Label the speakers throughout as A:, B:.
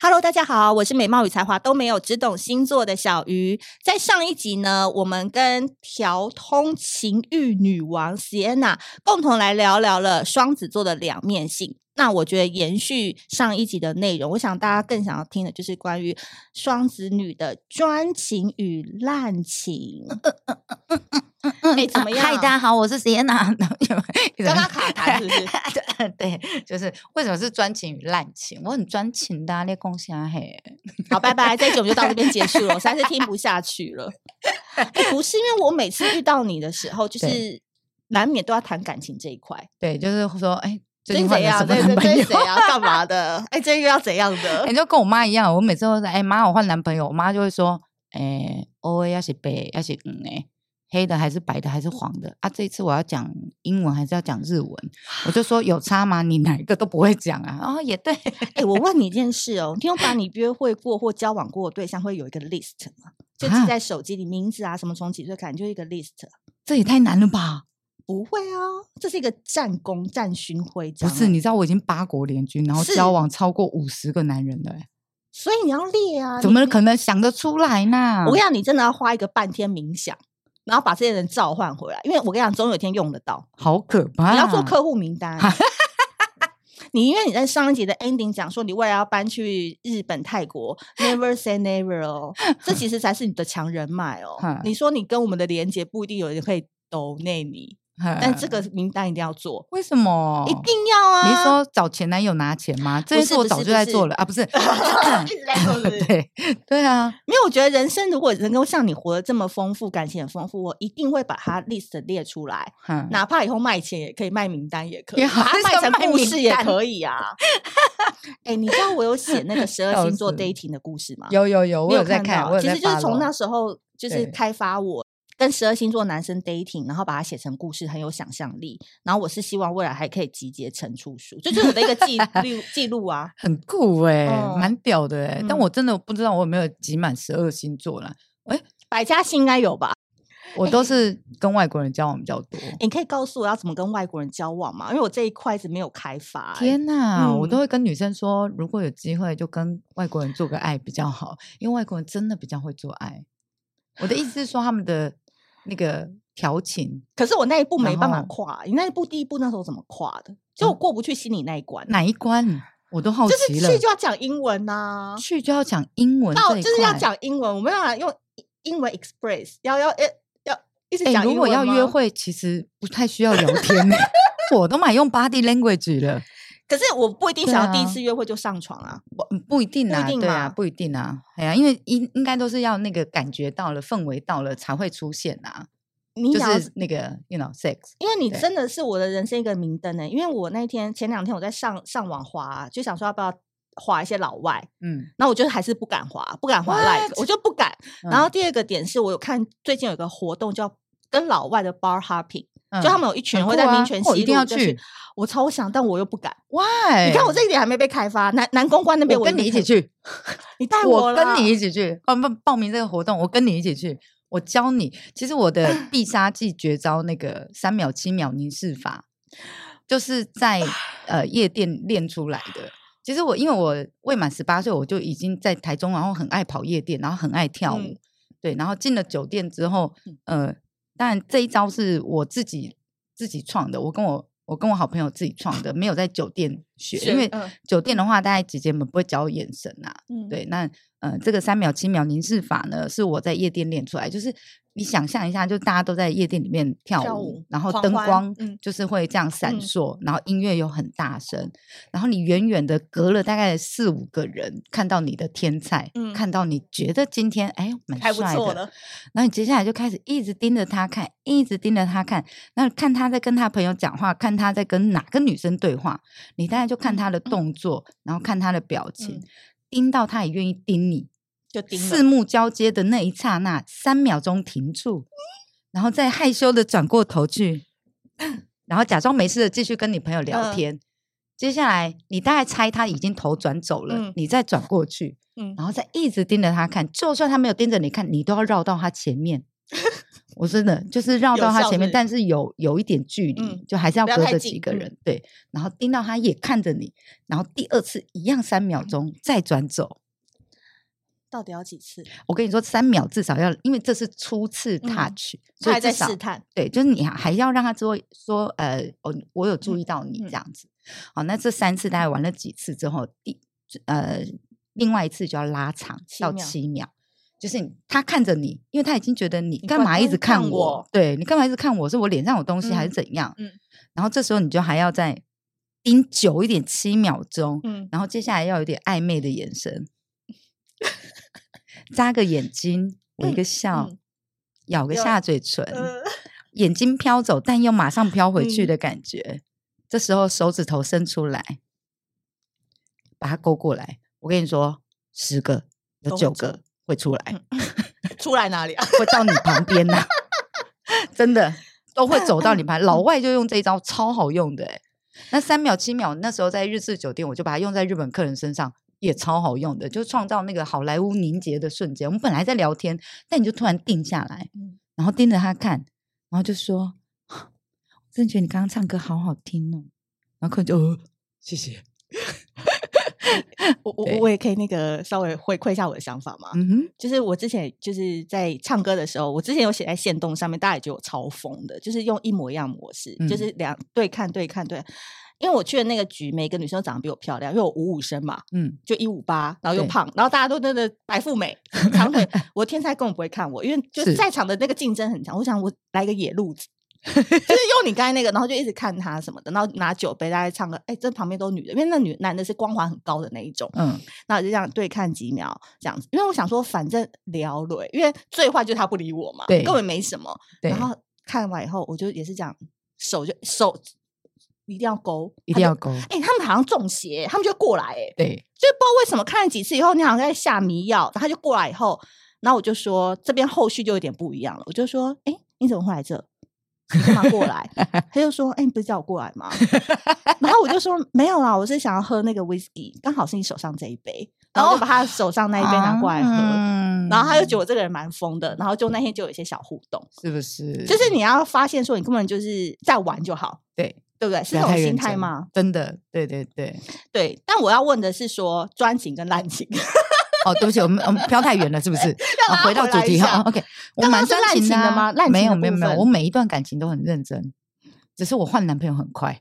A: Hello，大家好，我是美貌与才华都没有，只懂星座的小鱼。在上一集呢，我们跟调通情欲女王 Sienna 共同来聊聊了双子座的两面性。那我觉得延续上一集的内容，我想大家更想要听的就是关于双子女的专情与滥情。
B: 哎
A: 怎么样
B: 嗨，大家好，我是 Sienna。
A: 刚刚卡痰是不是？
B: 是？ 对，就是为什么是专情与滥情？我很专情的、啊，那贡献嘿。
A: 好，拜拜，这一集我们就到这边结束了，我实在是听不下去了。哎，不是，因为我每次遇到你的时候，就是难免都要谈感情这一块，
B: 对，就是说，哎、最
A: 这
B: 近换
A: 怎
B: 了什
A: 样？对
B: 么男
A: 对对，
B: 朋友？ 哎
A: 谁要干嘛的？哎，这个要怎样的
B: 你？就跟我妈一样，我每次都在，哎、妈，我换男朋友，我妈就会说，哎、o A 要写白，要写嗯哎、黑的还是白的还是黄的啊？这一次我要讲英文还是要讲日文？我就说有差吗？你哪一个都不会讲啊？哦，也对，
A: 哎，我问你一件事哦，你有把你约会过或交往过的对象会有一个 list 吗？就记
B: 啊
A: 在手机里，名字啊，什么从几岁开始，你就一个 list。
B: 这也太难了吧？
A: 不会啊，这是一个战功战勋徽章
B: 不
A: 欸。
B: 是，你知道我已经八国联军，然后
A: 是
B: 交往超过五十个男人了、欸，
A: 所以你要列啊。
B: 怎
A: 你
B: 么可能想得出来呢？
A: 我跟你讲，你真的要花一个半天冥想，然后把这些人召唤回来，因为我跟你讲，总有一天用得到。
B: 好可怕！
A: 你要做客户名单。 你因为你在上一集的 ending 讲说，你未来要搬去日本、泰国，never say never 哦，这其实才是你的强人脉哦
B: 哼。
A: 你说你跟我们的连接不一定有人可以抖内你，
B: 哼，
A: 但这个名单一定要做，
B: 为什么
A: 一？定要啊！
B: 嗯哦你是 说找前男友拿钱吗？这件
A: 是
B: 事我
A: 不
B: 早
A: 是
B: 就
A: 不
B: 在
A: 是
B: 做了 啊，不是？
A: 一直在做是不是
B: 对对啊，
A: 因为我觉得人生如果能够像你活得这么丰富，感情很丰富，我一定会把它 list 列出来，
B: 哼
A: 哪怕以后卖钱也可以，卖名单也可 以，
B: 嗯也
A: 把
B: 好
A: 它
B: 像
A: 卖成
B: 卖
A: 故
B: 名
A: 事也
B: 单
A: 可 以啊。哎、你知道我有写那个十二
B: 笑
A: 星座
B: 死
A: dating 的故事吗？
B: 有有有，
A: 你
B: 我有在
A: 看
B: 看，
A: 到啊
B: 我有
A: 其
B: 在
A: 实就是从
B: follow
A: 那时候就是
B: 对
A: 开发我跟十二星座男生 dating，然后把它写成故事，很有想象力。然后我是希望未来还可以集结成出书，这就是我的一个记录记录 啊。
B: 很酷哎、
A: 哦
B: 蛮屌的哎、但
A: 嗯
B: 我真的不知道我有没有集满十二星座啦。
A: 百家姓应该有吧？哎
B: 我都是跟外国人交往比较多。
A: 你可以告诉我要怎么跟外国人交往吗？因为我这一块一直没有开发、欸。
B: 天呐，我
A: 嗯
B: 都会跟女生说，如果有机会就跟外国人做个爱比较好，因为外国人真的比较会做爱。我的意思是说，他们的那个调情
A: 可是我那一步没
B: 然
A: 办法
B: 后
A: 跨，你那一步第一步那时候怎么跨的？就我过不去心里那一关，啊
B: 哪一关，我都好
A: 就是
B: 奇了。
A: 去就要讲英文呐、
B: 去就要讲英文
A: 到
B: 这一块，
A: 就是要讲英文，我们要用英英文 express，要要要要一直
B: 诶
A: 讲
B: 如
A: 英文吗、
B: 果要约会，其实不太需要聊天、欸， 我都买用 body language 了，
A: 可是我不一定
B: 对
A: 想要第一
B: 啊
A: 次约会就上床啊。
B: 不不一定
A: 不一
B: 啊，
A: 定
B: 对
A: 嘛
B: 啊，不一定啊，哎呀、因为应应该都是要那个感觉到了，氛围到了才会出现啊，
A: 你
B: 就
A: 想要
B: 是那个 you know sex。
A: 因为你
B: 对
A: 真的是我的人生一个明灯呢、欸因为我那天前两天我在上上网滑、啊就想说要不要滑一些老外，
B: 嗯，
A: 那我就还是不敢滑，不敢滑 like，我就不敢。然
B: 嗯
A: 后第二个点是我有看最近有一个活动叫跟老外的 bar hopping，、
B: 嗯
A: 就他们有一群人
B: 很
A: 会
B: 酷
A: 在民
B: 啊
A: 权西
B: 哦
A: 路
B: 一定要
A: 就
B: 去。
A: 我超想，但我又不敢。
B: why？
A: 你看我这一点还没被开发，南南公关那边
B: 我
A: 已
B: 跟你
A: 经
B: 一
A: 可
B: 起
A: 以，
B: 去，
A: 你带
B: 我
A: 啦
B: 跟你一起去，报报报名这个活动，我跟你一起去，我教你。其实 我的必杀技绝招那个三秒七秒凝视法，就是在呃夜店练出来的。其实我因为我未满十八岁，我就已经在台中，然后很爱跑夜店，然后很爱跳舞，
A: 嗯
B: 对，然后进了酒店之后，呃，但这一招是我自己自己创的，我跟我我跟我好朋友自己创的，没有在酒店学，
A: 学
B: 因为
A: 嗯
B: 酒店的话，大概姐姐们不会教眼神啊。
A: 嗯
B: 对，那呃，这个三秒七秒凝视法呢，是我在夜店练出来，就是你想象一下，就大家都在夜店里面跳舞，
A: 跳舞
B: 然后
A: 狂
B: 灯
A: 欢
B: 光
A: 嗯
B: 就是会这样闪
A: 嗯
B: 烁，然后音乐又很大声，然后你远远的隔了大概四五个人，看到你的天才，
A: 嗯
B: 看到你觉得今天哎蛮
A: 还不
B: 帅
A: 错
B: 的，
A: 了。
B: 然后你接下来就开始一直盯着他看，一直盯着他看，那看他在跟他朋友讲话，看他在跟哪个女生对话，你大概就看他的动作，然后看他的表情，
A: 嗯
B: 盯到他也愿意盯你，
A: 就盯了
B: 四目交接的那一刹那，三秒钟停住，然后再害羞的转过头 去，然后假装没事的继续跟你朋友聊
A: 嗯
B: 天。接下来，你大概猜他已经头转走了，
A: 嗯
B: 你再转过去，
A: 嗯
B: 然后再一直盯着他看，就算他没有盯着你看，你都要绕到他前 面。我真的就是绕
A: 有
B: 到他
A: 效
B: 前面，
A: 率
B: 但是有有一点距离，
A: 嗯
B: 就还是要
A: 不要
B: 隔
A: 太
B: 着
A: 近
B: 几个
A: 嗯
B: 人、
A: 嗯
B: 对。然后盯到他也看着你，然后第二次一样三秒钟、再转走，
A: 到底要几次？
B: 我跟你说，三秒至少要，因为这是初次
A: 嗯
B: touch，、所
A: 他
B: 以
A: 还在
B: 至少
A: 试探，
B: 对，就是你还要让他之后说，呃，我我有注意到你
A: 嗯
B: 这样子。好，那这三次大概玩了几次之后，第呃另外一次就要拉长
A: 七
B: 到
A: 秒
B: 七秒，就是你他看着你，因为他已经觉得你
A: 你
B: 干
A: 管
B: 嘛
A: 他
B: 一
A: 是
B: 直看
A: 看
B: 我，
A: 我
B: 对你干嘛一直看我，是我脸上有东西还是
A: 嗯
B: 怎样？
A: 嗯
B: 然后这时候你就还要再盯久一点，七秒钟，
A: 嗯，
B: 然后接下来要有点暧昧的眼神， 眨个眼睛，微个笑，
A: 嗯
B: 咬个
A: 有
B: 下嘴唇，
A: 呃
B: 眼睛飘走，但又马上飘回
A: 嗯
B: 去的感觉。这时候手指头伸出来，把它勾过来。我跟你说，十个有
A: 都会
B: 九
A: 出
B: 个会出来，
A: 出来哪里 啊？
B: 会到你旁 边呐、真的都会走到你旁边。老外就用这一招，超好用的、欸。那三秒七秒，那时候在日式酒店，我就把它用在日本客人身上，也超好用的，就创造那个好莱坞凝结的瞬间。我们本来在聊天，但你就突然定下来
A: 嗯，
B: 然后盯着他看，然后就说：“我真的觉得你刚刚唱歌好好听哦。”然后客人就、呃、谢谢，
A: 我我
B: 对
A: 我也可以那个稍微回馈一下我的想法嘛。
B: 嗯哼，
A: 就是我之前就是在唱歌的时候，我之前有写在线动上面，大家也觉得我超疯的，就是用一模一样的模式，就
B: 嗯
A: 是两对看对看对。因为我去的那个局，每个女生都长得比我漂亮，因为我五五身嘛，
B: 嗯，
A: 就一五八，然后又
B: 对
A: 胖，然后大家都真的白富美长腿，我天才根本不会看我，因为就是
B: 是
A: 在场的那个竞争很强。我想我来个野路子，就是用你刚才那个，然后就一直看他什么的，然后拿酒杯大家唱歌，哎，这旁边都女的，因为那女男的是光环很高的那一种，
B: 嗯，
A: 那我就这样对看几秒这样子，因为我想说反正聊了，欸因为最坏就是他不理我嘛，
B: 对
A: 根本没什么。
B: 对，
A: 然后看完以后，我就也是这样，手就手一定要勾，
B: 一
A: 他
B: 定
A: 就
B: 要。勾，
A: 哎、他们好像中邪，他们就过来哎、
B: 对，
A: 就不知道为什么看了几次以后，你好像在下迷药，然后他就过来以后，然后我就说这边后续就有点不一样了，我就说，哎、你怎么会来这？你干嘛过来？他就说，哎、你不是叫我过来吗？ 然后我就说没有啦，我是想要喝那个 whisky，刚好是你手上这一杯，然后我就把他手上那一杯拿过来喝。
B: 哦嗯
A: 然后他就觉得我这个人蛮疯的，然后就那天就有一些小互动，
B: 是不是？
A: 就是你要发现说你根本就是在玩就好，
B: 对，
A: 对不对？是这
B: 不要
A: 种
B: 太
A: 心
B: 认
A: 态
B: 真
A: 吗？？
B: 真的，对对对。
A: 对。但我要问的是说专情跟滥情，
B: 哦，对不起，我们我们飘太远了，是 不是？
A: 要
B: 啊，
A: 拉
B: 回到主
A: 来一
B: 题
A: 下
B: 哈。OK，我
A: 刚刚
B: 蛮
A: 是
B: 专
A: 滥
B: 情
A: 情的
B: 啊
A: 吗滥
B: 没
A: 情
B: 有
A: 的
B: 没有
A: 部
B: 没有，我
A: 分
B: 每一段感情都很认真，只是我换男朋友 很快。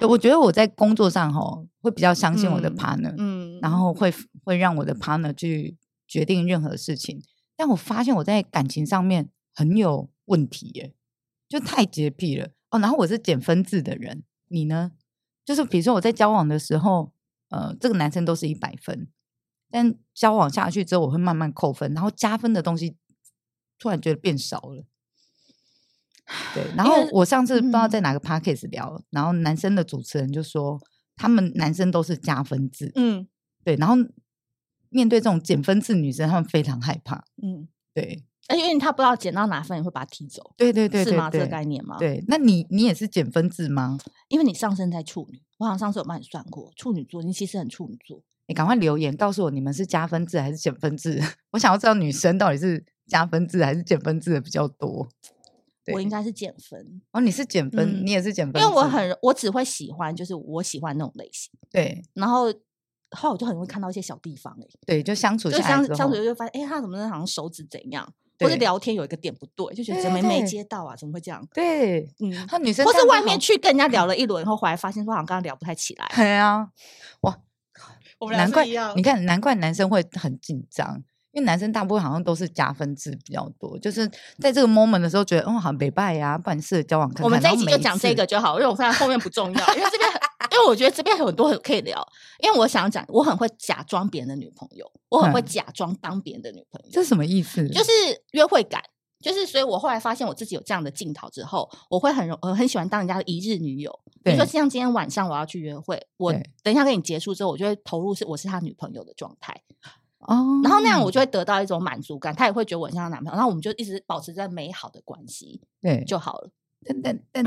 B: 对我觉得我在工作上哈会比较相信我的
A: 嗯
B: partner，、
A: 嗯，
B: 然后会会让我的 partner 去决定任何事情。但我发现我在感情上面很有问题耶，就太洁癖了哦。然后我是减分制的人，你呢？就是比如说我在交往的时候，呃，这个男生都是一百分，但交往下去之后，我会慢慢扣分，然后加分的东西突然觉得变少了。对，然
A: 因
B: 后
A: 为
B: 我上次不知道
A: 嗯
B: 在哪个 p a c k a g e 聊，然后男生的主持人就说，他们男生都是加分制，
A: 嗯
B: 对，然后面对这种减分制女生，她们非常害怕。
A: 嗯，
B: 对，
A: 而且因为他不知道捡到哪份，你会把他踢走，
B: 对对对
A: 是
B: 对
A: 吗？这个概
B: 对，
A: 念吗？，啊
B: 对。那你你也是减分制吗？
A: 因为你上升在处女，我好像上次有帮你算过，处女座，你其实很处女座，
B: 你赶快留言告诉我，你们是加分制还是减分制？ 我想要知道女生到底是加分制还是减分制的比较多。
A: 我
B: 对
A: 应该是减分，
B: 哦，你是减分，
A: 嗯
B: 你也是减
A: 因
B: 分
A: 为
B: 制，
A: 我很我只会喜欢就是我喜欢那种类型，
B: 对
A: 然后后来我就很容易看到一些小地方哎、
B: 对，就相处
A: 就
B: 下来
A: 相
B: 之
A: 相
B: 后
A: 处就发现，哎、他怎么好像手指怎样，或者
B: 对
A: 聊天有一个点不对，就觉得
B: 对
A: 怎么
B: 对
A: 没
B: 对
A: 接到啊，怎么会这样？
B: 对，
A: 嗯，
B: 那女生
A: 或
B: 这
A: 是
B: 样就
A: 外面
B: 好，
A: 去跟人家聊了一轮以后，回来发现说好像跟他聊不太起来，
B: 对啊，
A: 我
B: 难怪你看，难怪男生会很紧张，因为男生大部分好像都是加分制比较多，就是在这个 moment 的时候觉得，哦，好像北拜呀，不然适合交往看看。
A: 我们这
B: 然
A: 一
B: 后
A: 集
B: 每
A: 就讲这
B: 次
A: 个，就好，因为我发现后面不重要，因为这 边很，因为我觉得这边很多很可以聊，因为我想讲，我很会假装别人的女朋友，我很会
B: 嗯
A: 假装当别人的女朋友，
B: 这是什么意思？
A: 就是约会感。就是，所以我后来发现我自己有这样的镜头之后，我会很容呃很喜欢当人家的一日女友。比如说，
B: 对
A: 像今天晚上我要去约会，我
B: 对
A: 等一下跟你结束之后，我就会投入是我是他女朋友的状态，
B: 哦，
A: 然后那样我就会得到一种满足感，他也会觉得我很像他男朋友，然后我们就一直保持在美好的关系
B: 对，
A: 就嗯好了。
B: 但但但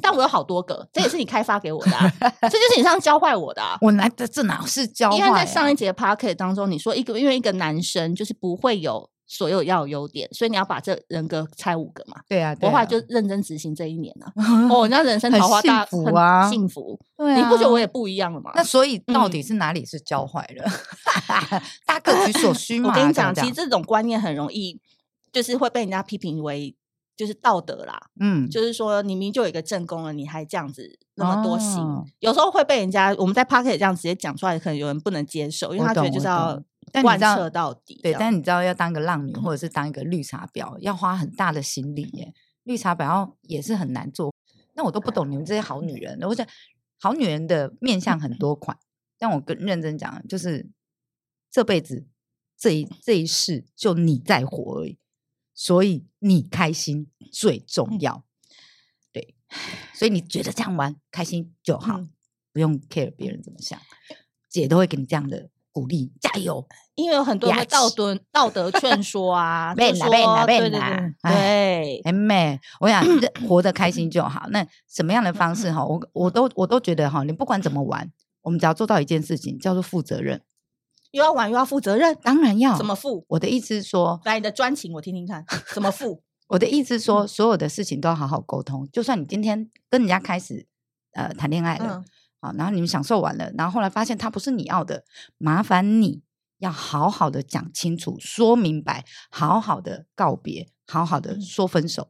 A: 但我有好多个，这也是你开发给我的、 啊，这就是你上次教坏我的、啊。
B: 我来这这哪是交
A: 因
B: 换
A: 为
B: 啊？
A: 在上一节 p o c k e t 当中，你说一个因为一个男生就是不会有所有要有优点，所以你要把这人格拆五个嘛。
B: 对啊，对
A: 我后来
B: 啊
A: 就认真执行这一年啊， 哦，那人生桃花大
B: 很幸福啊
A: 很幸福。
B: 对
A: 你不觉得
B: 啊
A: 我也不一样了吗？嗯
B: 那所以到底是哪里是教坏了？ 大家各取所需嘛。
A: 我跟你
B: 这
A: 讲，
B: 样
A: 其实这种观念很容易就是会被人家批评为就是道德啦，
B: 嗯，
A: 就是说你明明就有一个正宫了，你还这样子那么多心，
B: 哦
A: 有时候会被人家我们在 p o c k e t 这样直接讲出来，可能有人不能接受，因为
B: 我
A: 他觉得
B: 懂
A: 就是
B: 我
A: 要
B: 懂但你
A: 贯
B: 知道
A: 彻到底这
B: 对，
A: 样。嗯
B: 但你知道要当个浪女或者是当一个绿茶婊，要花很大的心力耶。绿茶婊要也是很难做。那我都不懂你们这些好女人。我想，好女人的面相很多款，但我跟认真讲，就是这辈子这一这一世就你在活而已，所以你开心最重
A: 嗯
B: 要。对，所以你觉得这样玩开心就好，
A: 嗯
B: 不用 care 别人怎么想，姐都会给你这样的鼓励，加油。
A: 因为有很多人会
B: 嗲
A: 道
B: 气
A: 德道德劝说 啊，就
B: 变啦
A: 说
B: 变啦
A: 对
B: 变
A: 对
B: 啦
A: 对对，
B: 哎妹，我想人活得开心就好。那什么样的方式哈，我我都我都觉得哈，你不管怎么玩，我们只要做到一件事情，叫做负责任。
A: 又要玩又要负责任，
B: 当然要
A: 怎么负？
B: 我的意思是说，
A: 来你的专情，我听听看，怎么 负？
B: 我的意思是
A: 嗯
B: 说，所有的事情都要好好沟通。就算你今天跟人家开始呃谈恋爱了
A: 嗯，，
B: 好、然后你们享受完了，然后后来发现他不是你要的，麻烦你要好好的讲清楚、说明白，好好的告别，好好的
A: 嗯
B: 说分手。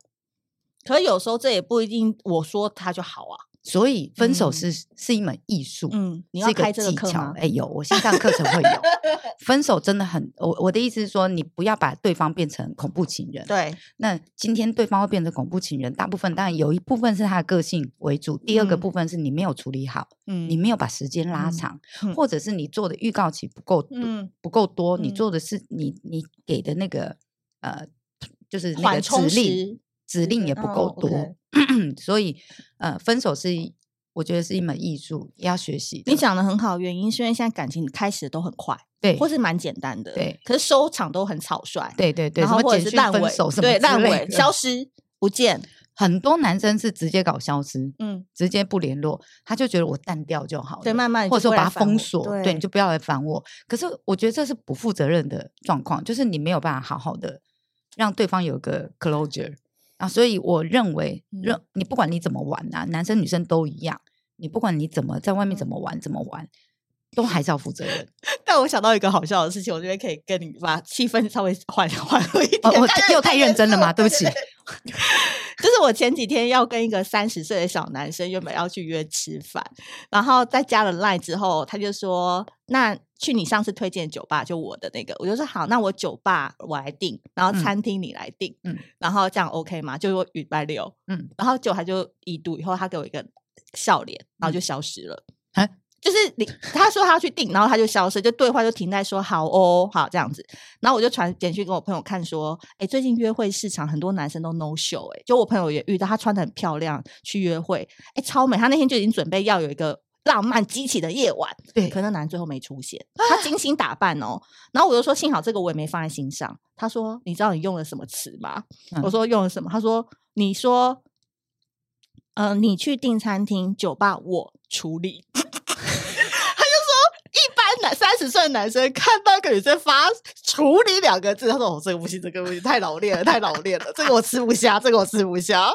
A: 可是有时候这也不一定，我说他就好啊。
B: 所以，分手
A: 嗯
B: 是、是一门艺术。
A: 嗯，你
B: 是
A: 要
B: 一
A: 开这个
B: 技
A: 课
B: 巧
A: 吗？
B: 哎、有，我线上课程会有。分手真的很，我我的意思是说，你不要把对方变成恐怖情人。
A: 对，
B: 那今天对方会变成恐怖情人，大部分当然有一部分是他的个性为主，第二个
A: 嗯
B: 部分是你没有处理好，
A: 嗯
B: 你没有把时间拉
A: 嗯
B: 长，
A: 嗯
B: 或者是你做的预告期不够多，
A: 嗯
B: 不够多，你
A: 嗯
B: 做的是你你给的那个呃，就是那
A: 缓
B: 个
A: 冲
B: 指
A: 时
B: 令指令也不
A: 哦
B: 够
A: ，OK
B: 多， 所以呃，分手是一我觉得是一门艺术，也要学习的。
A: 你讲的很好，原因是因为现在感情开始都很快，
B: 对，
A: 或是蛮简单的，
B: 对，
A: 可是收场都很草率，
B: 对对对，
A: 然
B: 什
A: 后
B: 么
A: 或
B: 简
A: 者是
B: 讯
A: 烂
B: 分
A: 尾
B: 手，什么
A: 对，
B: 之
A: 烂
B: 类
A: 尾
B: 的
A: 消失不见，
B: 很多男生是直接搞消失，
A: 嗯，
B: 直接不联络，他就觉得我淡掉就好了，
A: 对慢慢你
B: 或
A: 就
B: 者说
A: 不会
B: 把
A: 来
B: 它
A: 烦
B: 封
A: 我
B: 锁，对
A: 对
B: 你就不要来烦我。可是我觉得这是不负责任的状况，就是你没有办法好好的让对方有个 closure 啊。所以我认为，
A: 嗯
B: 任、你不管你怎么玩啊，男生女生都一样，你不管你怎么在外
A: 嗯
B: 面怎么玩怎么玩，都还是要负 责任。
A: 但我想到一个好笑的事情，我觉得可以跟你把气氛稍微缓缓和一点。
B: 哦，我
A: 但是
B: 又太认真了嘛，对不起。
A: 就是我前几天要跟一个三十岁的小男生原本要去约吃饭，然后在加了 line 之后，他就说：“那去你上次推荐的酒吧，就我的那个。”我就说：“好，那我酒吧我来订，然后
B: 嗯
A: 餐厅你来订，
B: 嗯
A: 然后这样 OK 吗？”就说礼拜六，
B: 嗯，
A: 然后就他就已读以后，他给我一个笑脸，然
B: 嗯
A: 后就消失了。
B: 啊
A: 就是你，他说他要去订，然后他就消失，就对话就停在说好哦，好这样子。然后我就传简讯给我朋友看，说，哎、最近约会市场很多男生都 no show，哎、就我朋友也遇到，她穿的很漂亮去约会，哎、超美，她那天就已经准备要有一个浪漫激起的夜晚，
B: 对
A: 可那男最后没出现，他精心打扮哦，然后我就说幸好这个我也没放在心上。他说，你知道你用了什么词吗？我
B: 嗯
A: 说用了什么？他说，你说，呃，你去订餐厅、酒吧，我处理。 一般男三十岁的男生看到一个女生发“处理”两个字，他说：“我、哦这个不行，这个不行，太老练了，太老练了，这个我吃不下，这个我吃不下。”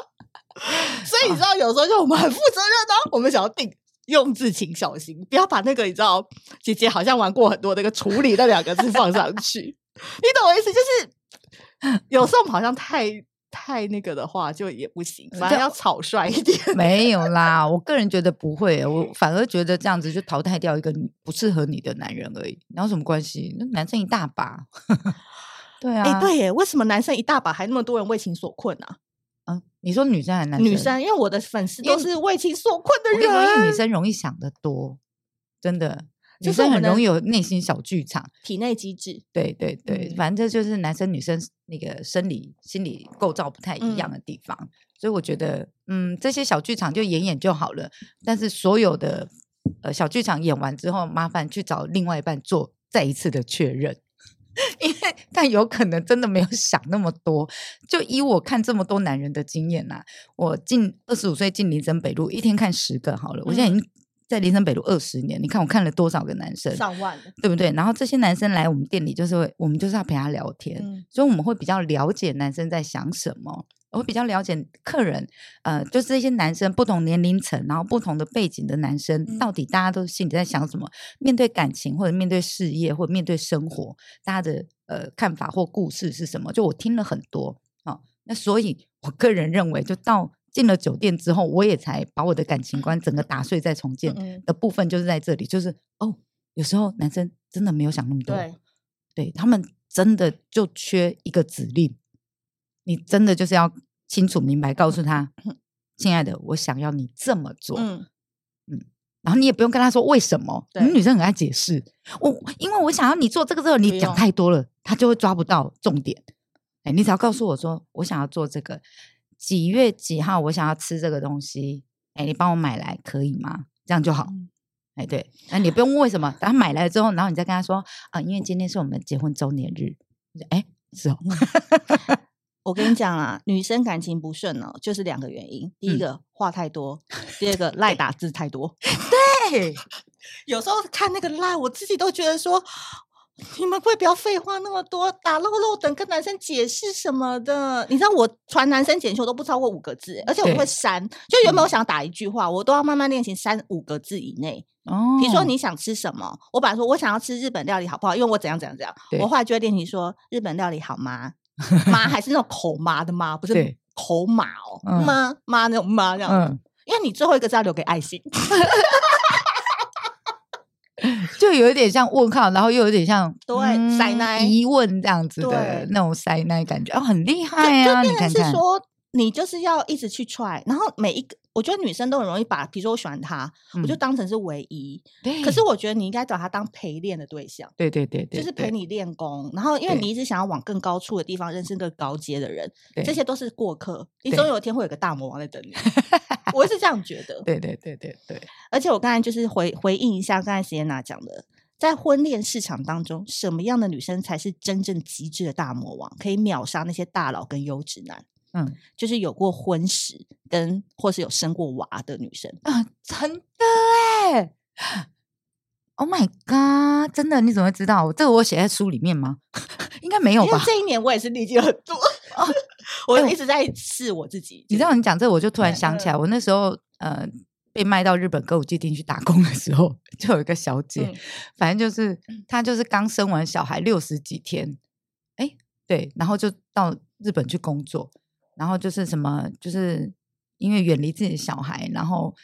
A: 所以你知道，有时候就我们很负责任哦，我们想要定。用字请小心，不要把那个你知道，姐姐好像玩过很多那个“处理”那两个字放上去， 你懂我意思？就是有时候我们好像太太那个的话，就也不行，
B: 嗯
A: 反正要草率一点。
B: 没有啦，我个人觉得不会，我反而觉得这样子就淘汰掉一个你不适合你的男人而已，哪有什么关系？那男生一大把， 对啊，
A: 哎、对耶，为什么男生一大把，还那么多人为情所困啊？
B: 嗯，你说女生还是男
A: 女生，因为我的粉丝
B: 因
A: 都
B: 为
A: 是为情所困的
B: 我跟你说，因为
A: 人，
B: 女生容易想得多，真的，
A: 就
B: 女
A: 是我
B: 生很
A: 们的
B: 容易有内心小剧场。
A: 体内机制，
B: 对对对，
A: 嗯
B: 反正这就是男生女生那个生理心理构造不太一样
A: 嗯
B: 的地方，所以我觉得，嗯，这些小剧场就演演就好了。但是所有的呃小剧场演完之后，麻烦去找另外一半做再一次的确认。 因为，但有可能真的没有想那么多。就以我看这么多啊
A: 嗯
B: 男人的经验呐、我近二十五岁进林森北路，一天看十个好了。我现在已经在林森北路二十年，你看我看了多少个男生，
A: 上万了，
B: 对不对？然后这些男生来我们店里，就是会我们就是要陪他聊天，
A: 嗯
B: 所以我们会比较了解男生在想什么，我会比较了解客人，呃，就是这些男生不同年龄层，然后不同的背景的男生，
A: 嗯
B: 到底大家都心里在想什么？面对感情，或者面对事业，或者面对生活，大家的呃看法或故事是什么？就我听了很多啊、哦那所以我个人认为，就到进了酒店之后，我也才把我的感情观整个打碎再重建
A: 嗯
B: 的部分，就是在这里，就是哦，有时候男生真的没有想那么多，
A: 对，
B: 对他们真的就缺一个指令，你真的就是要清楚明白告诉他，亲爱的，我想要你这么做。
A: 嗯，
B: 然后你也不用跟他说为什么，我们
A: 对
B: 女生很爱解释。我因为我想要你做这个之后，
A: 不
B: 你
A: 用
B: 讲太多了，他就会抓不到重点。哎，你只要告诉我说，我想要做这个，几月几号我想要吃这个东西，哎，你帮我买来可以吗？这样就好。
A: 嗯
B: 哎，对，那你也不用问为什么，等他买来了之后，然后你再跟他说啊，因为今天是我们结婚周年日。哎，是哦，
A: 我跟你讲啊，女生感情不顺哦，就是两个原因：第一
B: 嗯
A: 个、话太多，第 二个赖打字太多。
B: 对，
A: 有时候看那个赖，我自己都觉得说，你们会不要废话那么多，打漏漏等跟男生解释什么的。你知道我传男生简讯我都不超过五个字，而且我
B: 对
A: 会删，就原本我想打一句话，我都要慢慢练习删五个字以内。
B: 哦，
A: 比如说你想吃什么，我本来说我想要吃日本料理，好不好？因为我怎样怎样怎样，
B: 对
A: 我后来就会练习说日本料理好 吗？妈还是那种口妈的妈，不是
B: 对
A: 口马哦，
B: 嗯
A: 妈妈那种妈这样。
B: 嗯，
A: 因为你最后一个字要留给爱 心，
B: 就有一点像问号，然后又有点像嗯
A: 对塞奶
B: 疑问这样子的
A: 对
B: 那种塞奶感觉，哦，很厉
A: 就
B: 害啊！
A: 就
B: 你
A: 变
B: 看
A: 成是
B: 看，
A: 说你就是要一直去 try，然后每一个。我觉得女生都很容易把，比如说我喜欢他，我就
B: 嗯
A: 当成是唯一。
B: 对，
A: 可是我觉得你应该找他当陪练的对象，
B: 对对对对，
A: 就是
B: 对
A: 陪，你练功。然后，因为
B: 对
A: 你一直想要往更高处的地方认识更高阶的人，
B: 对
A: 这些都是过客，你
B: 对
A: 总有一天会有个大魔王在 等你。我是这样觉得，
B: 对对对对对，
A: 而且我刚才就是回回应一下刚才席安娜讲的，在婚恋市场当中，什么样的女生才是真正极致的大魔王，可以秒杀那些大佬跟优质男？
B: 嗯
A: 就是有过婚史跟或是有生过娃的女生，
B: 啊，真的哎，Oh my god，真的，你怎么会知道？这个我写在书里面吗？ 应该没有
A: 因为
B: 吧？哦哎
A: 这一年我也是历经了很多， 我一直在试我自己。
B: 你知道，你讲这，我就突然
A: 对
B: 想起
A: 嗯
B: 来，我那时候呃被卖到日本歌舞伎町去打工的时候， 就有一个小姐，
A: 嗯
B: 反正就是她就是刚生完小孩六十几天，哎、对，然后就到日本去工作，然后就是什么，就是因为远离自己的小孩，然后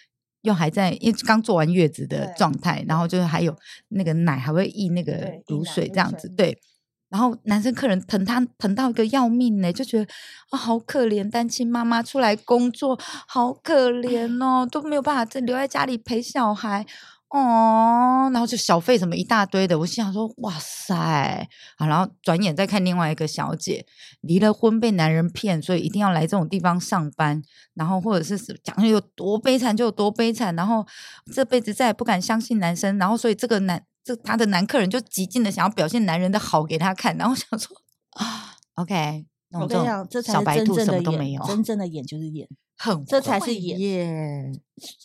B: 又还在因为刚坐完月子的
A: 对
B: 状态，然后就是还有那个奶还会溢那个
A: 对溢
B: 乳
A: 奶
B: 水
A: 乳
B: 这样子，
A: 水嗯
B: 对。然后男生客人疼她疼到一个要命呢、就觉得啊、好可怜，单亲妈妈出来工作，好 可怜哦，都没有办法再留在家里陪小孩。哦，然后就小费什么一大堆的，我心想说，哇塞，好，然后转眼再看另外一个小姐，离了婚被男人骗，所以一定要来这种地方上班，然后或者是是讲有多悲惨就有多悲惨，然后这辈子再也不敢相信男生，然后所以这个男这他的男客人就极尽的想要表现男人的好给他看，然后我想说啊，OK，那
A: 我
B: 种
A: 跟你讲，这才
B: 小
A: 是
B: 白
A: 真
B: 兔
A: 正
B: 什
A: 的
B: 么
A: 演，
B: 都没有，
A: 真正的演就是演。
B: 很
A: 这才是
B: 会
A: 演
B: 耶，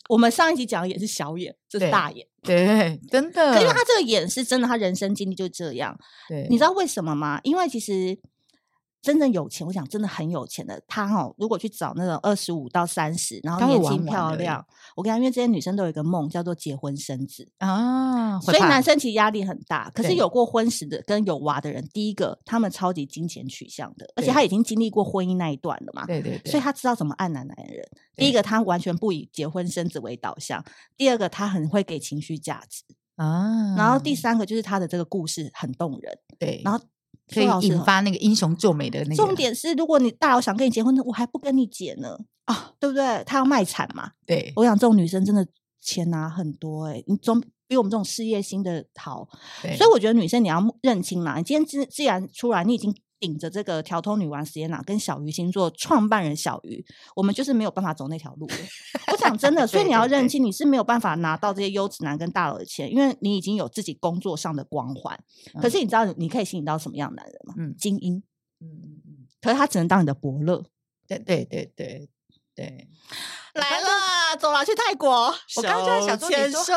A: 我们上一集讲的也是小演，这是
B: 对嗯
A: 大演。
B: 对，真的，
A: 可因为他这个演是真的，他人生经历就这样。
B: 对，
A: 你知道为什么吗？因为其实真正有钱，我想真的很有钱的，他哦，如果去找那种二十五到三十，然后
B: 他会
A: 年
B: 玩
A: 轻
B: 玩欸
A: 漂
B: 而已
A: 亮，我跟你讲，因为这些女生都有一个梦，叫做结婚生子。
B: 啊，会
A: 所以
B: 怕
A: 男生其实压力很大，可是
B: 对
A: 有过婚史的跟有娃的人，第一个他们超级金钱取向的，而且
B: 对
A: 他已经经历过婚姻那一段了嘛，
B: 对对对，
A: 所以他知道怎么按奶男人。第一个，他完全不以结婚生子为导向；第二个，他很会给情绪价值；
B: 啊，
A: 然后第三个就是他的这个故事很动人，
B: 对，
A: 然后
B: 可
A: 说老实
B: 以引
A: 话
B: 发那个英雄救美的那个
A: 重点是，如果你大佬想跟你结婚，我还不跟你结呢，
B: 啊，
A: 对不对？他要卖惨嘛。
B: 对，
A: 我想这种女生真的钱拿很多哎、你总比我们这种事业心的好。
B: 对
A: 所以我觉得女生你要认清啦，你今天既既然出来，你已经顶着这个调通女王时间啦，跟小鱼星座创办人小鱼，我们就是没有办法走那条路了。我讲 真的，所以
B: 对
A: 你要
B: 对
A: 认
B: 对
A: 清，你是没有办法拿到这些优质男跟大佬的钱，因为你已经有自己工作上的光环。可
B: 嗯
A: 是你知道你可以吸引到什么样的男人吗？
B: 嗯
A: 精英，
B: 嗯嗯嗯，
A: 可是他只能当你的伯乐。
B: 对对对对对，
A: 来
B: 刚
A: 了，啦，走啦，去泰国。
B: 我刚刚就在想说
A: 手牵
B: 你说
A: 手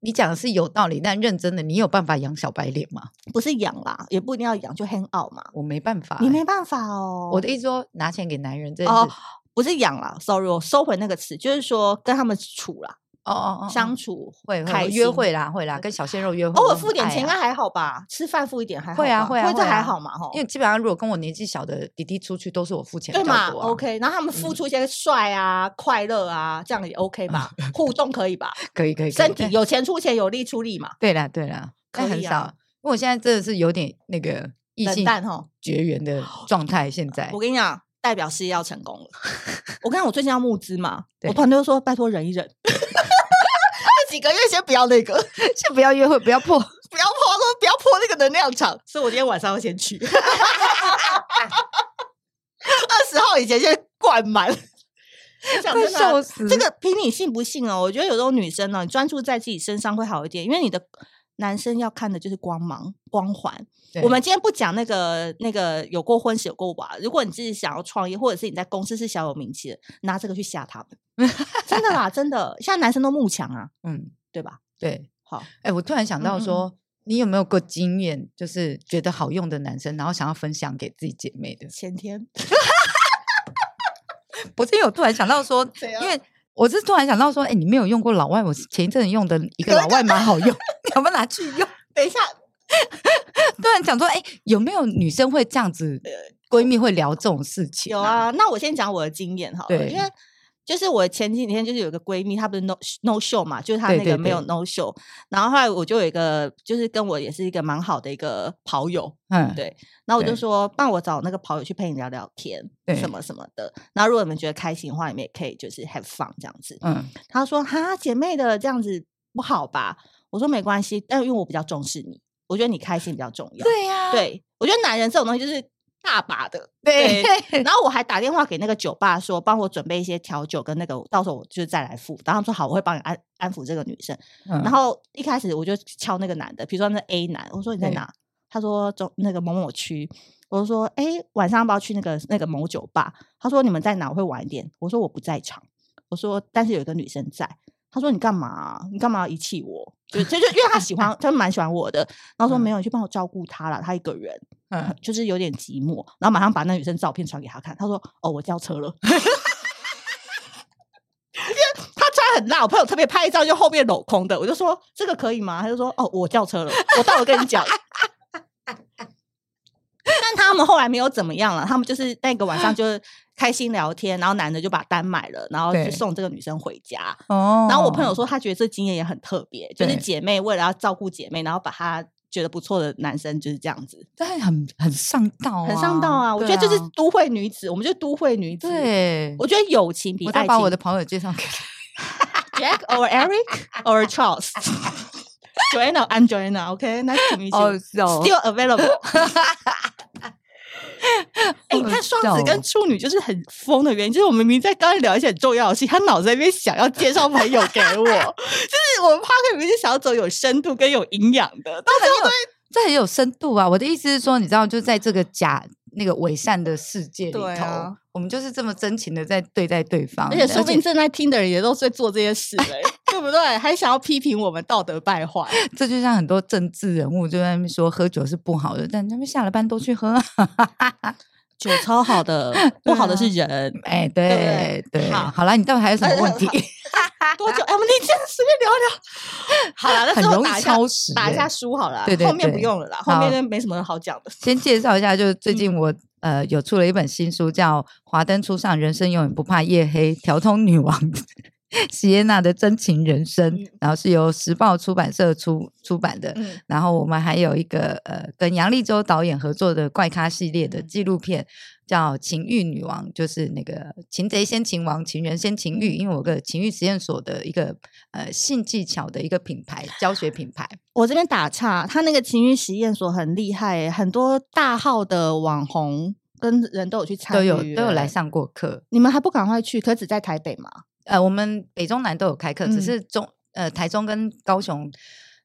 B: 你讲的是有道理，但认真的，你有办法养小白脸吗？
A: 不是养啦，也不一定要养，就 hang out 嘛。
B: 我没办法欸、
A: 你没办法哦，
B: 我的意思说，拿钱给男人这件事，
A: 哦不是养啦，sorry，我收回那个词，就是说跟他们处啦，
B: 哦哦哦，
A: 相
B: 哦
A: 处
B: 会
A: 开
B: 会约
A: 心
B: 会啦，会啦，跟小鲜肉约会，
A: 偶
B: 我
A: 尔
B: 很
A: 付点
B: 爱
A: 钱应
B: 啊
A: 该还好吧？吃饭付一点还好吧，
B: 会啊会啊
A: 这
B: 会
A: 还
B: 啊
A: 好嘛，吼，
B: 因为基本上如果跟我年纪小的弟弟出去，都是我付钱比
A: 对
B: 较
A: 嘛
B: 多啊、
A: ？OK，然后他们付
B: 嗯
A: 出一些帅啊、快乐啊，这样也 OK 吧？互动可以吧？
B: 可以可以，可以
A: 身体
B: 但
A: 有钱出钱，有力出力嘛？
B: 对啦对啦，但
A: 可
B: 很
A: 以
B: 少，
A: 啊
B: 因为我现在真的是有点那个异
A: 冷
B: 性
A: 淡吼。
B: 绝缘的状态，现在
A: 我跟你讲，代表事业要成功了。我跟你讲，我最近要募资 嘛，我
B: 对
A: 团队就说拜托忍一忍， 这几个月先不要那个，
B: 先不要约会，不要
A: 不要
B: 破，
A: 破，说不要破那个能量场。所以我今天晚上要先去，二十号以前先灌满。我想
B: 快
A: 真的啊
B: 笑死！
A: 这个凭你信不信哦，我觉得有时候女生呢、你专注在自己身上会好一点，因为你的男生要看的就是光芒、光环。
B: 对
A: 我们今天不讲那个那个有过婚史、有过娃，如果你自己想要创业，或者是你在公司是小有名气的，拿这个去吓他们，真的啦，真的，现在男生都慕强啊，
B: 嗯
A: 对吧？
B: 对，
A: 好，
B: 哎、我突然想
A: 嗯
B: 到
A: 嗯
B: 说。你有没有过经验，就是觉得好用的男生，然后想要分享给自己姐妹的？
A: 前天
B: 我真有突然想 到说，
A: 怎
B: 因为我是突然想到说，哎、你没有用过老外，我前一阵子用的一个老外蛮好用， 你要不要拿去用？
A: 等一下，
B: 突然想说，哎、有没有女生会这样子？闺蜜会聊这种事情、
A: 呃有，啊，那我先讲我的经验好了，
B: 对
A: 因为就是我前几天就是有一个闺蜜，她不是 no no show 嘛，就是她
B: 对
A: 那个
B: 对
A: 没有
B: 对
A: no show，然后后来我就有一个就是跟我也是一个蛮好的一个跑友，
B: 嗯，
A: 啊对然后我就
B: 对
A: 说帮我找那个跑友去陪你聊聊天，
B: 对
A: 什么什么的，然后如果你们觉得开心的话，你们也可以就是 have fun 这样子。
B: 嗯，
A: 她说哈姐妹的这样子不好吧？我说没关系，但因为我比较重视你，我觉得你开心比较重要。
B: 对呀、
A: 对我觉得男人这种东西就是大把的，
B: 对
A: 然后我还打电话给那个酒吧说，帮我准备一些调酒跟那个，到时候我就再来付。然后他们说好，我会帮你安安抚这个女生。
B: 嗯
A: 然后一开始我就敲那个男的，比如说那 A 男，我说你在
B: 对
A: 哪？他说中那个某某区。我就说哎，晚上要不要去那个那个某酒吧？他说你们在哪？我会晚一点。我说我不在场。我说但是有一个女生在。他说你干嘛啊、你干嘛要遗弃我？就就就因为他喜 欢，他蛮喜欢我的。然后说
B: 嗯
A: 没有，你去帮我照顾她啦，她一个人。
B: 嗯，
A: 就是有点寂寞，然后马上把那女生照片传给他看，他说：“哦，我叫车了。” 因为他穿很辣，我朋友特别拍一张就后面镂空的，我就说这个可以吗？他就说：“哦，我叫车了，我待会跟你讲。” 但他们后来没有怎么样了，他们就是那个晚上就是开心聊天，然后男的就把单买了，然后就
B: 对
A: 送这个女生回家。
B: 哦
A: 然后我朋友，说，他觉得这经验也很特别，就是
B: 对
A: 姐妹为了要照顾姐妹，然后把她觉得不错的男生就是这样子。
B: 但很很上道、
A: 很上道啊！我觉得就是都会女子，我们就是都会女子。，
B: 对啊，
A: 我觉得友情比
B: 我
A: 爱
B: 再
A: 情。
B: 把我的朋友介绍给他。
A: Jack or Eric or Charles 。Joanna, I'm Joanna. OK, nice to meet you.
B: 笑哦
A: Still available. 哎、你
B: 好
A: 看双子
B: 笑
A: 跟
B: 哦
A: 处女就是很疯的原因，就是我们明明在刚才聊一些很重要的事情，他脑子在那边想要介绍朋友给我， 就是我们 p a 明明是想要走有深度跟有营养的，到最后都
B: 这很有深度啊！我的意思是说，你知道，就在这个假那个伪善的世界里头，
A: 对啊
B: 我们就是这么真情的在对待对方，
A: 而且说不定正在听的人也都是在做这些事的、 对不对？还想要批评我们道德败坏，
B: 这就像很多政治人物就在那边说喝酒是不好的，但他们下了班都去喝啊。
A: 酒超好的，不好的是人。
B: 哎，
A: 对
B: 对
A: 不对好
B: 好了，你到底还有什么问题？
A: 多久？哎，我们那天随便聊聊。 好啦，那
B: 很
A: 最后
B: 容
A: 打
B: 易
A: 一下
B: 超时欸，
A: 打一下书好了，
B: 对对
A: 后面不
B: 对
A: 用了啦，后面
B: 好
A: 就没什么好讲的。
B: 先介绍一下，就是最
A: 嗯
B: 近我、呃有出了一本新书，叫《华灯初上：人生永远不怕夜黑》，调通女王 席耶娜的真情人生，
A: 嗯
B: 然后是由时报出版社出出版的。
A: 嗯，
B: 然后我们还有一个呃跟杨立洲导演合作的怪咖系列的
A: 嗯
B: 纪录片，叫《情欲女王》，就是那个擒贼先擒王，情人先情欲。因为我有个情欲实验所的一个呃性技巧的一个品牌教学品 牌，
A: 我这边打岔，他那个情欲实验所很厉害欸，很多大号的网红跟人都有去参
B: 都
A: 与，
B: 有都有来。上过课。
A: 你们还不赶快去？可只在台北嘛？
B: 呃，我们北中南都有开课，
A: 嗯
B: 只是中呃台中跟高雄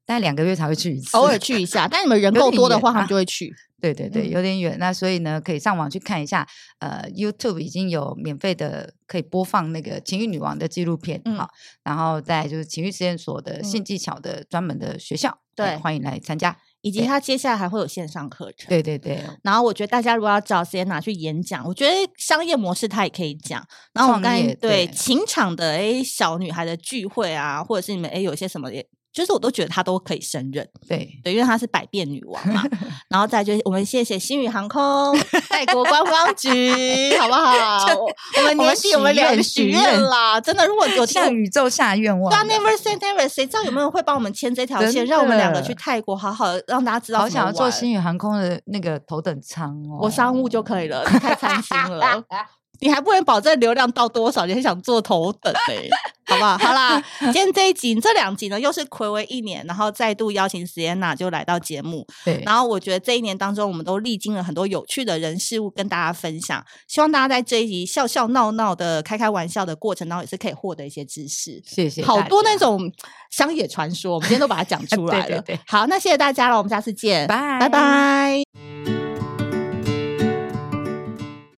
B: 大概两个月才会去一次，
A: 偶尔去一下，但你们人
B: 有
A: 够
B: 点
A: 多的
B: 远
A: 话，他们
B: 啊
A: 就会去。
B: 对对对，
A: 嗯
B: 有点远。那所以呢，可以上网去看一下，呃，YouTube 已经有免费的可以播放那个情欲女王的纪录片，
A: 嗯
B: 好、然后再来就是情欲实验所的性
A: 嗯
B: 技巧的专门的学校，哎
A: 对
B: 欢迎来参加。
A: 以及他接下来还会有线上课程。
B: 对对对，
A: 然后我觉得大家如果要找 Sienna 去演讲，我觉得商业模式她也可以讲。然后我们刚
B: 创
A: 才
B: 业
A: 对
B: 对
A: 情场的哎小女孩的聚会啊，或者是你们哎有一些什么也。就是我都觉得她都可以胜任，
B: 对，
A: 对，因为她是百变女王 嘛。然后再就是我们谢谢星宇航空、泰国观光局，好不 好？我我们
B: 我
A: 年
B: 们
A: 底我们
B: 许
A: 两个许
B: 愿许
A: 愿
B: 愿
A: 啦，真的，如果有听
B: 向宇宙下愿望
A: 对啊
B: 的。
A: ，Never say never，谁知道有没有人会帮我们牵这条线，
B: 真
A: 让我们两个
B: 的
A: 去泰国，好好地让大家知道
B: 好
A: 怎么
B: 想要坐
A: 玩
B: 星宇航空的那个头等舱哦，
A: 我商务就可以了，你太贪 心了。你还不能保证流量到多少，你还想做头等呢、好不好？好啦，今天这一集、这两集呢，又是暌违一年，然后再度邀请 Sienna 就来到节目。
B: 对，
A: 然后我觉得这一年当中，我们都历经了很多有趣的人事物跟大家分享。希望大家在这一集笑笑闹闹的、开开玩笑的过程当中，也是可以获得一些知识。
B: 谢谢
A: 好
B: 大
A: 多
B: 家
A: 那种乡野传说，我们今天都把它讲出
B: 对
A: 来
B: 对
A: 了
B: 对。
A: 好，那谢谢大家了，我们下次见，
B: 拜
A: 拜拜。